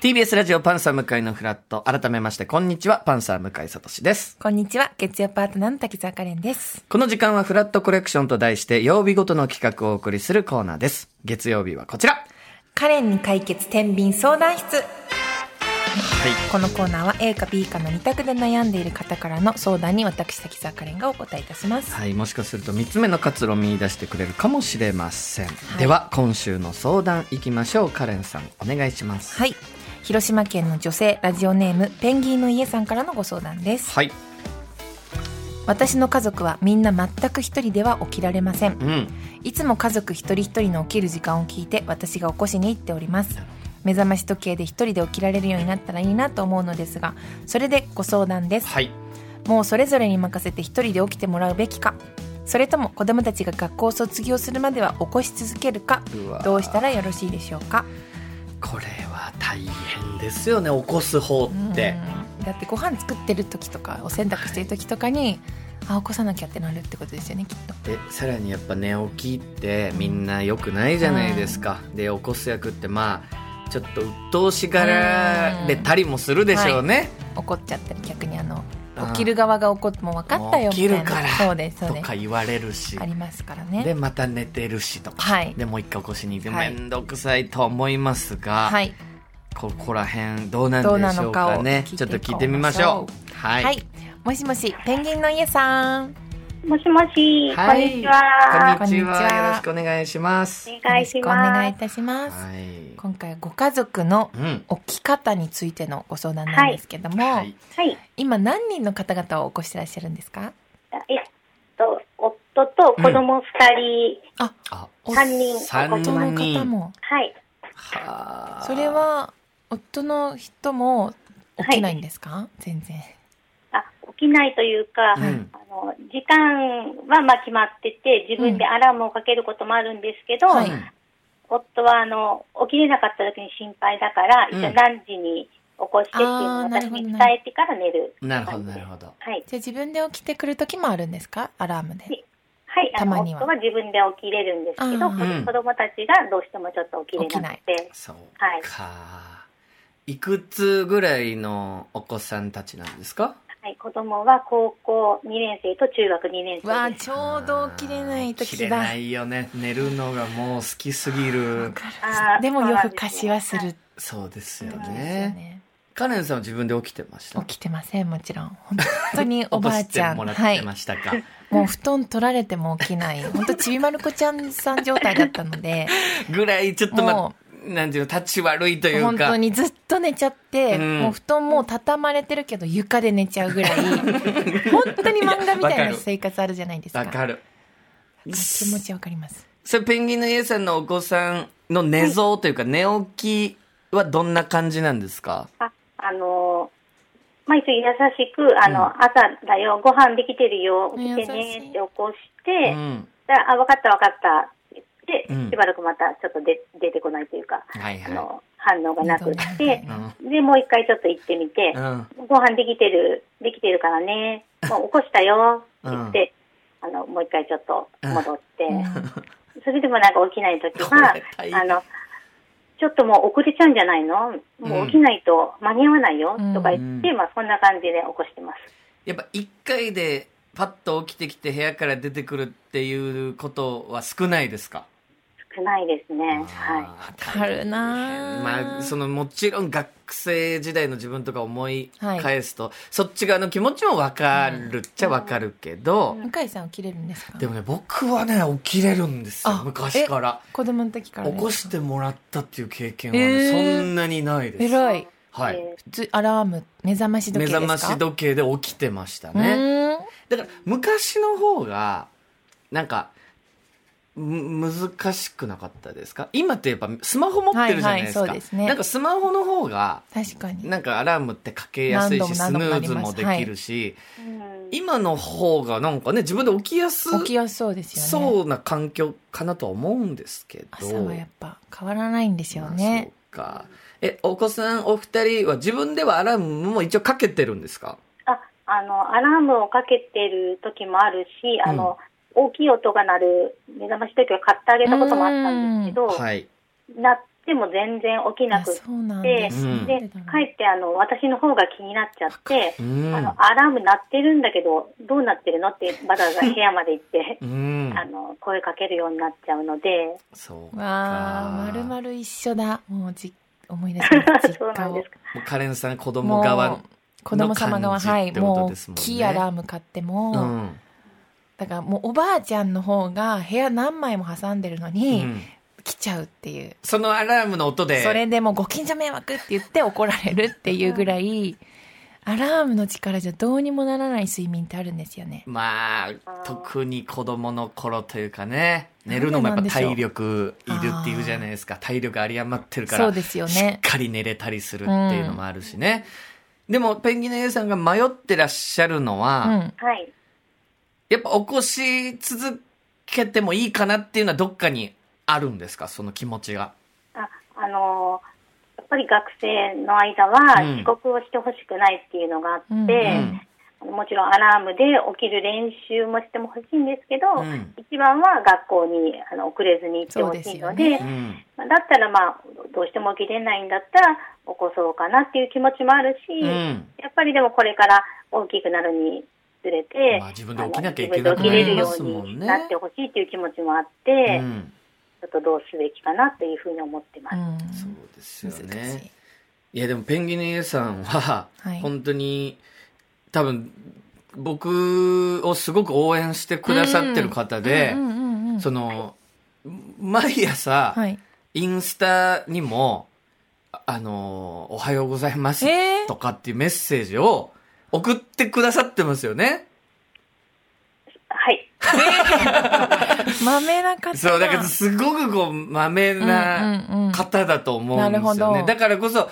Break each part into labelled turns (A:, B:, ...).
A: TBS ラジオパンサー向井のフラット。改めまして、こんにちは。パンサー向井聡です。
B: こんにちは。月曜パートナーの滝沢カレンです。
A: この時間はフラットコレクションと題して、曜日ごとの企画をお送りするコーナーです。月曜日はこちら。
B: カレンに解決天秤相談室。
A: はい。
B: このコーナーは A か B かの2択で悩んでいる方からの相談に私、滝沢カレンがお答えいたします。
A: はい、もしかすると3つ目の活路を見出してくれるかもしれません、では今週の相談いきましょうカレンさんお願いします
B: はい。広島県の女性ラジオネームペンギンの家さんからのご相談です。
A: はい
B: 私の家族はみんな全く一人では起きられません。
A: うん
B: いつも家族一人一人の起きる時間を聞いて私が起こしに行っております目覚まし時計で一人で起きられるようになったらいいなと思うのですがそれでご相談です
A: はい
B: もうそれぞれに任せて一人で起きてもらうべきかそれとも子供たちが学校を卒業するまでは起こし続けるか
A: うわ
B: どうしたらよろしいでしょうか
A: これは大変ですよね起こす方って
B: うんだってご飯作ってる時とかお洗濯してる時とかにあ起こさなきゃってなるってことですよねきっと
A: でさらにやっぱ寝起きってみんな良くないじゃないですか、で起こす役ってまあちょっと鬱陶しがられたりもするでしょうね、
B: 怒っちゃったり逆にあの
A: あー
B: 起きる側が怒っても分かったよ
A: 起き
B: みたい
A: る
B: な
A: から
B: そうですそう
A: と
B: です
A: か言われるし
B: ありますから
A: で
B: ね
A: また寝てるしとか、
B: はい
A: でもう一回起こしに行って
B: はい
A: 面倒くさいと思いますが、
B: はい
A: ここら辺どうなん
B: どうな
A: でしょ
B: の
A: う
B: か
A: か
B: を
A: ね
B: 聞い
A: ち
B: て
A: ょ
B: い
A: っ
B: こう
A: と聞いてみましょうは
B: はい、もしもしペンギンの家さん
C: もしもし、
A: はい
C: こんにちは。
A: こんにちは
B: こんにちは
A: よろしくお願いします
C: お願いし
B: よろくお願い
C: ま
B: いたします、
A: はい
B: 今回はご家族の
A: うん
B: 起き方についてのご相談なんですけども、
A: はい
C: す。はい。
B: 今何人の方々を起こしてらっしゃるんですか
C: いや、と夫と子供二人、
A: あ
B: お
C: 三人
A: 三
B: 夫の方
A: 人
B: も
C: はい。
A: はあ
B: それは夫の人も起きないんですか、全然
C: あ、起きないというか、
A: うん
C: あの時間はまあ決まってて、自分でアラームをかけることもあるんですけど、
B: うんは
A: う
B: い
A: ん
C: 夫はあの起きれなかった時に心配だから、
A: うん
C: 一応何時に起こしてっていうの
B: あ
C: を
B: ーなるほ
C: 私
B: ど
C: に
B: ね
C: 伝えてから寝る。
A: なるほどなるほど
C: はい。
B: じゃあ自分で起きてくる時もあるんですかアラームで
C: はい。あ
B: たま
C: の
B: には
C: 夫は自分で起きれるんですけど、
B: あ
A: ー
C: 子供たちがどうしてもちょっと起きれなくて。
A: そう
C: はい
A: か、い、くつぐらいのお子さんたちなんですか
C: はい、子供は高校2年生と中学2年
B: わ
C: 生
B: あ
C: です。
B: ちょうど起きれない時だ
A: 起きれないよね寝るのがもう好きすぎる
C: あー
B: でも夜更かしはするんで
A: そうです
B: す
A: よ
B: よ
A: ね
B: ね。
A: カレンさんは自分で起きてました
B: 起きてませんもちろん本当におばあちゃ ん
A: 起こしても
B: は
A: らっ
B: い
A: てましたか、
B: もう布団取られても起きない本当ちびまる子ちゃんさん状態だったので
A: ぐらいちょっとま
B: も
A: なんていうの立ち悪いというう
B: 本
A: か
B: 当にずっと寝ちゃって、
A: うん
B: もう布団もう畳まれてるけど床で寝ちゃうぐ らい本当に漫画み
A: いや
B: た
A: わか
B: い
A: る
B: な生活あるじゃないですか
A: わかる
B: あ気持ちわかります
A: それペンギンの家さんのお子さんの寝相というか寝起きはどんな感じなんですか
C: ああのー、まあ、一応優しく、あの、
A: う
C: 朝だよ、ご飯できてるよ、
B: ね
C: 起きてね
B: 優しい
C: って起こし
A: う
C: て、
A: ん
C: だからあ、わかったわかったって言って、
A: うん
C: しばらくまたちょっとで出てこないというか、
A: はい
C: あ
A: は
C: の、反応がなくって
A: い、うん
C: で、もう一回ちょっと行ってみて、
A: うん
C: ご飯できてる、できてるか らね、もう起こしたよって言って、あの、もう一回ちょっと戻って、それでもなんか起きないとき
A: これ
C: は、
A: 大変
C: あの、ちょっともう遅れちゃうんじゃないのもう起きないと間に合わないよ、
B: うん
C: とか言って、まあそんな感じで起こしてます。
A: やっぱ一回でパッと起きてきて部屋から出てくるっていうことは少ないですか
C: 少ないですね。は。
A: あー
B: わかるなー
A: まあそのもちろん学生時代の自分とか思い返すと、そっち側の気持ちも分かるっちゃ分かるけど、
B: 向井さん起きれるんですか
A: でもね僕はね起きれるんですよ
B: あ
A: 昔から
B: 子供の時から
A: 起
B: ですか
A: こしてもらったっていう経験はね、
B: えー
A: そんなにないです、
B: 偉い
A: はいい、
B: 普通アラーム目覚まし時計
A: 目
B: ですか
A: 覚まし時計で起きてましたね、
B: ね
A: だから昔の方がなんかむ難しくなかったですか今ってやっぱスマホ持ってるじゃないですか、
B: はいはいそうですね
A: なんかスマホの方が
B: 確かに
A: なんかアラームってかけやすいしス
B: 何度
A: ヌ
B: も何度も
A: ーズもできるし、
C: うん
A: 今の方がなんかね自分で起きやす
B: 起きやすそうですよね
A: そうな環境かなとは思うんですけど
B: 朝はやっぱ変わらないんですよ
A: まあそ
B: ね。
A: うかえお子さんお二人は自分ではアラームも一応かけてるんですか
C: あ、あの、アラームをかけてる時もあるし、あの、大きい音が鳴る目覚まし時計を買ってあげたこともあったんですけど、
A: はい
C: 鳴って、しても全然起きなくっ
B: そうなん
C: て、
B: です、
A: うん
C: で、かえってあの、私の方が気になっちゃって、
A: うん
C: あの、アラーム鳴ってるんだけど、どうなってるのって、わざわざ部屋まで 行って
A: う、ん
C: あの、声かけるようになっちゃうので、
A: そうか
B: わあ、まるまる一緒だ。もうじ思い出します。
C: そうなんですか。
A: もうカレンさん子
B: 実家を
A: 供側
B: もう子供様側
A: の感じ
B: はい、
A: ってこと
B: もう
A: ですもんね
B: 大きいアラーム買っても、
A: うん
B: だからもうおばあちゃんの方が部屋何枚も挟んでるの
A: う
B: に、
A: ん
B: 来ちゃうっていう。
A: そのアラームの音で
B: それでもうご近所迷惑って言って怒られるっていうぐらい、アラームの力じゃどうにもならない睡眠ってあるんですよね。
A: まあ特に子供の頃というかね寝るのもやっぱ体力いるっていうじゃないですか体力有り余ってるから
B: そうですよね
A: しっかり寝れたりするっていうのもあるしね、でもペンギンの A さんが迷ってらっしゃるのは、
B: うん。
C: はい。
A: やっぱ起こし続けてもいいかなっていうのはどっかにあるんですかその気持ちが。
C: あ、あのやっぱり学生の間は
A: うん
C: 遅刻をしてほしくないっていうのがあって、
B: うん
A: うん
C: もちろんアラームで起きる練習もしてもほしいんですけど、
A: うん
C: 一番は学校にあの遅れずに行ってほしい
B: そう
C: ので
A: う
B: ですよね
A: ん
C: まあだったらまあどうしても起きれないんだったら起こそうかなっていう気持ちもあるし、
A: うん
C: やっぱりでもこれから大きくなるにつれて、
A: まあ自分で起きなきゃいけ
C: あの
A: な
C: 自
A: くな
C: 分で起きれ
A: り
C: る
A: ま
C: よ
A: すも
C: うんに
A: ね。
C: なってほしいっていう気持ちもあって、
A: うん
C: ちょっとどうすべきかなというふうに思ってます。
B: うん。
A: そうですよ
B: 難し
A: ね
B: い。
A: いやでもペンギンの A さんは
B: はい
A: 本当に、多分僕をすごく応援してくださってる方で、
B: うんうんうんうん
A: その毎朝、
B: はい。
A: インスタにも、ああのーおはようございます
B: えー
A: とかっていうメッセージを送ってくださってますよね。
C: はい。
B: まめな方
A: そう、だから
B: う
A: すごくこう、まめ
B: ん
A: な
B: うんうん
A: 方だと思うんです
B: なる
A: よ
B: ほ
A: ね。
B: ど
A: だからこそ、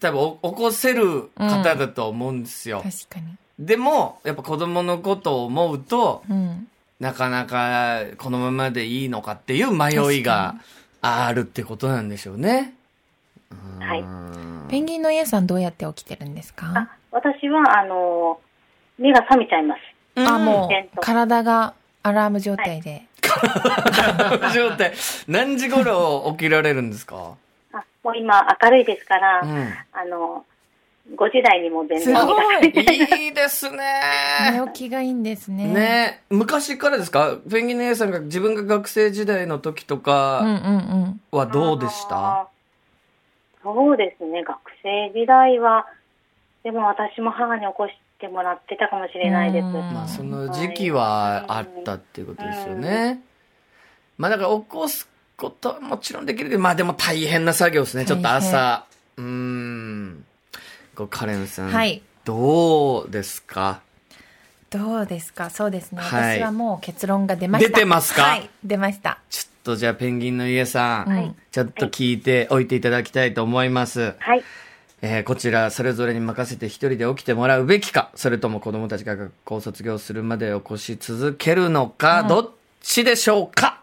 A: 多分お起こせる方だと思うんですよ。
B: 確かに。
A: でも、やっぱ子供のことを思うと、
B: うん。
A: なかなかこのままでいいのかっていう迷いがあるってことなんでしょうね。
C: はい
A: うん
B: ペンギンの家さんどうやって起きてるんです
C: あ
B: か
C: 私は、あの、目が覚めちゃいます。
B: あ、も
C: テン
B: う、
C: ト
B: 体がアラーム状態で。
A: 状態。何時頃起きられるんですか
C: あもう今、明るいですから、
A: うん。
C: あの、5時台にもう全
B: す
C: 然
B: ご
C: 目が
B: い
A: いいです
B: 寝
A: ね。
B: 起きがいいんですね。
A: ね昔からですかペンギンの A さんが自分が学生時代の時と
B: うんうん
A: か
B: うん。
A: はどうでした
C: あーそうですね、学生時代は、でも私も母に起こしてもらってたかもしれないです。
B: うん
A: まあ
B: ー
A: その時期はあったっていうことですよ
C: う
A: ね。まあだから起こすことはもちろんできるけど、まあでも大変な作業ですね。ちょっと朝。うーん。こうカレンさん、
B: はい。
A: どうですか
B: どうですかそうですね。
A: はい
B: 私はもう結論が出ました。
A: 出てますか
B: はい。出ました。
A: ちょっとじゃあペンギンの家さん、
B: はい
A: ちょっと聞いておいていただきたいと思います。
C: はい。
A: えーこちら、それぞれに任せて一人で起きてもらうべきか、それとも子供たちが学校を卒業するまで起こし続けるのか、どっちでしょう か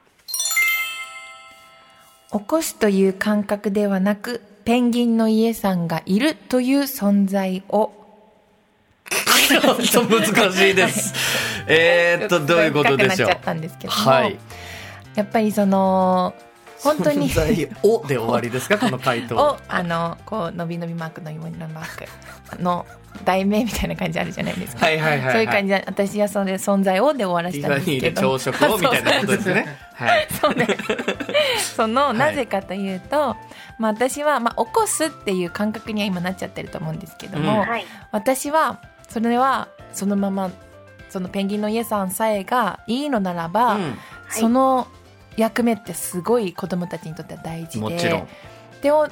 B: 起こすという感覚ではなく、ペンギンの家さんがいるという存在を。
A: ちょっと難しい です。えーっと、どういうことでしょ
B: 深くなっ
A: う
B: ちゃったんですけども。
A: はい。
B: やっぱりその、本当に
A: 存。在をで終わりです かこの回答
B: を。あのこうのびのびマークのびのびマークの題名みたいな感じあるじゃないですか、
A: はいはいはいはい
B: そういう感じで私はそれ存在をで終わらせ
A: ティ
B: た
A: フ
B: ん
A: ァ
B: です
A: ニーで
B: けど
A: 朝食をみたい なことですね。はい。
B: そうねそのなぜかというと、まあ、私は、まあ、起こすっていう感覚には今なっちゃってると思うんですけども、
A: うん
C: はい。
B: 私はそれはそのままそのペンギンの家さんさえがいいのならば、その役目ってすごい子供たちにとっては大
A: う
B: 事
A: ん、
B: で
A: もちろん。
B: っ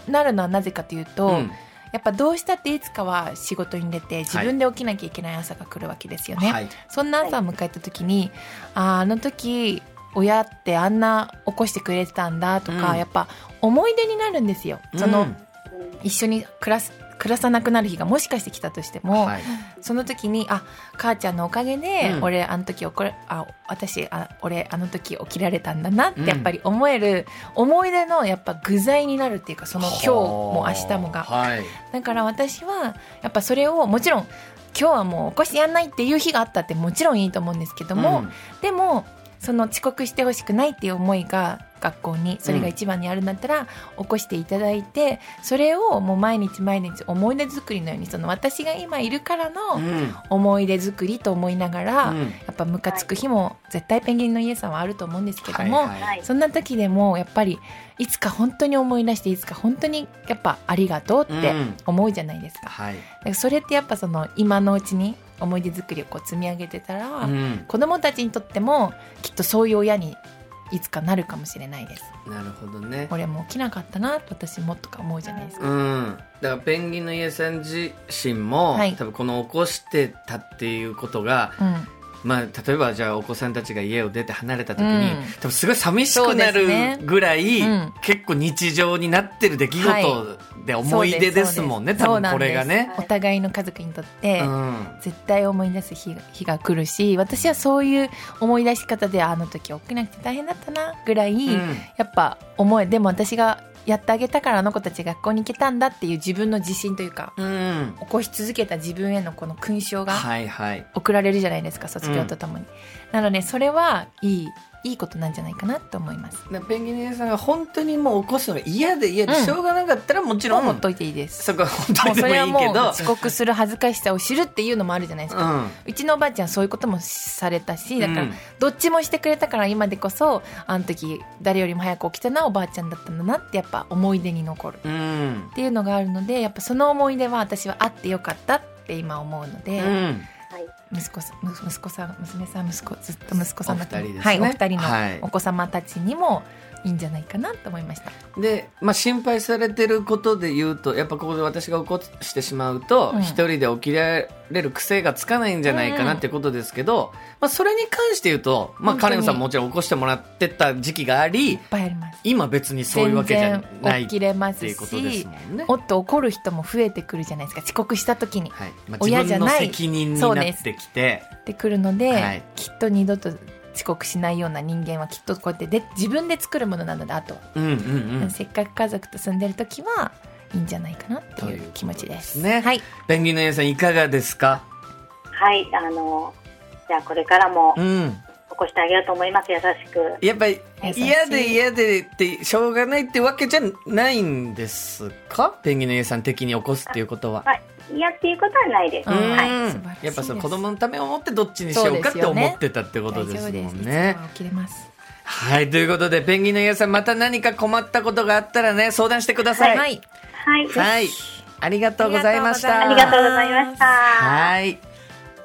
B: てなるのはなぜかというと、
A: うん
B: やっぱどうしたっていつかは仕事に出て自分で起きなきゃいけない朝が来るわけですよね、
A: はい。
B: そんな朝を迎えた時に、あーあの時親ってあんな起こしてくれてたんだとか、
A: うん
B: やっぱ思い出になるんですよその、
A: うん
B: 一緒に暮らす暮らさなくなる日がもしかして来たとしても、
A: はい
B: その時にあ母ちゃんのおかげで、
A: うん
B: 俺あの時怒れあ私あ俺あの時起きられたんだなって
A: うん
B: やっぱり思える、思い出のやっぱ具材になるっていうかその今日も明日もが
A: はい。
B: だから私はやっぱそれをもちろん今日はもう起こしてやんないっていう日があったってもちろんいいと思うんですけども、
A: うん
B: でもその遅刻してほしくないっていう思いが学校にそれが一番にあるんだったら起こしていただいて、それをもう毎日毎日思い出作りのようにその私が今いるから
A: う
B: の
A: ん
B: 思い出作りと思いながら、
A: うん
B: やっぱムカつく日も絶対ペンギンの家さんはあると思うんですけども、
A: はいは
C: はいい
B: そんな時でもやっぱりいつか本当に思い出していつか本当にやっぱありがとうって
A: うん
B: 思うじゃないですか。
A: はい
B: だからそれってやっぱその今のうちに思い出作りをこう積み上げてたら、
A: うん
B: 子供たちにとってもきっとそういう親にいつかなるかもしれないです。
A: なるほどね
B: 俺も起きなかったな私もとか思うじゃないですか。
A: うんだからペンギンの家さん自身も、
B: はい
A: 多分この起こしてたっていうことが、
B: うん、
A: まあ、例えばじゃあお子さんたちが家を出て離れた時に、
B: うん
A: 多分すごい寂しくな
B: そうで
A: る
B: すね
A: ぐらい、
B: うん
A: 結構日常になってる出来
B: は
A: 事で思い出ですもんね、
B: そう
A: 多
B: で
A: 分
B: す
A: これがね。
B: お互いの家族にとって、
A: うん
B: 絶対思い出す日が日が来るし私はそういう思い出し方であの時起きなくて大変だったなぐらい、
A: うん
B: やっぱ思いでも私がやってあげたからあの子たち学校に行けたんだっていう自分の自信というか
A: うん
B: 起こし続けた自分へのこの勲章が
A: はいはい
B: 送られるじゃないですか卒業とともに、なのでそれはいいいいことなんじゃないかなと思います
A: でペンギンの家さんが本当にもう起こすのが嫌で嫌で
B: うん
A: しょうがなかったらもちろん、
B: もうほっといていいです
A: そこは本
B: も
A: 当
B: う
A: に
B: そ
A: で
B: れは
A: もいい
B: も
A: け
B: う
A: ど
B: 遅刻する恥ずかしさを知るっていうのもあるじゃないですか、うちのおばあちゃんそういうこともされたしだから、
A: うん
B: どっちもしてくれたから今でこそあの時誰よりも早く起きたのはおばあちゃんだったんだなってやっぱ思い出に残るっ
A: うんうん
B: ていうのがあるのでやっぱその思い出は私はあってよかったって今思うの
A: う
B: で、
A: ん
C: はい。
B: 息子さんむ息子さん娘さん息子ずっと息子さんだと
A: お二人ですね
B: はいお二人の
A: はい
B: お子様たちにもいいんじゃないかなと思いました、
A: で、まあ、心配されてることで言うとやっぱここで私が起こしてしまうと
B: うん
A: 一、人で起きられる癖がつかないんじゃないかなってことですけど、まあ、それに関して言うと、まあ、
B: 本当
A: カ
B: に
A: レンさんももちろん起こしてもらってた時期があり
B: いっぱいあります
A: 今別にそういうわけじゃ
B: 全
A: な
B: 然
A: いっ
B: 起きれま
A: て
B: す
A: いうことです
B: し
A: もんね。
B: もっと怒る人も増えてくるじゃないですか遅刻した時に
A: はいまあ、
B: 親
A: 自
B: じゃ
A: 分の
B: ない
A: 責任になってきて
B: ってくるので、
A: はい
B: きっと二度と遅刻しないような人間はきっとこうやってで自分で作るものなのであとは、
A: うんうんうん
B: せっかく家族と住んでる時はいいんじゃないかなっていう気持ちです。
A: ということですね
B: はい、
A: ペンギンの皆さんいかがですか
C: はい。あの、じゃあこれからも
A: うん
C: 起こしてあげようと思います。優しく。
A: やっぱり
B: 優しい
A: 嫌で嫌でってしょうがないってわけじゃないんですかペンギンの家さん的に起こすっていうことは。
C: いやっていうことはないです。
A: うん
B: うん
C: はい。
B: はい素晴らしいです
A: やっぱその子供のためを思ってどっちにしようかって
B: そうですよね
A: 思ってたってことです
B: 大丈
A: も
B: 夫
A: ん
B: です。い
A: ね
B: つか。は起きれます。
A: はいということでペンギンの家さんまた何か困ったことがあったらね相談してください。
B: はい、
C: はい。
A: はいありがとうございました。
B: あ
C: ありがとうございました。
A: はい。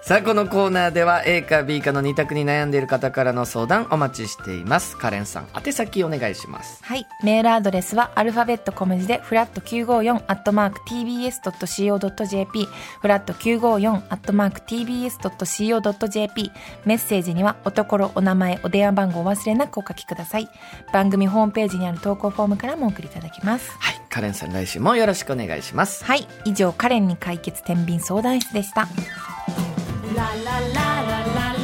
A: さあ、このコーナーでは A か B かの2択に悩んでいる方からの相談お待ちしています。カレンさん、宛先お願いします。
B: はい、メールアドレスはアルファベット小文字でフラット9 5 4アットマーク tbs ドット co ドット jp フラット9 5 4アットマーク tbs ドット co ドット jp メッセージにはおところお名前お電話番号をお忘れなくお書きください。番組ホームページにある投稿フォームからもお送りいただけます。
A: はい。カレンさん、来週もよろしくお願いします。
B: はい、以上カレンに解決天秤相談室でした。
D: La la la la la la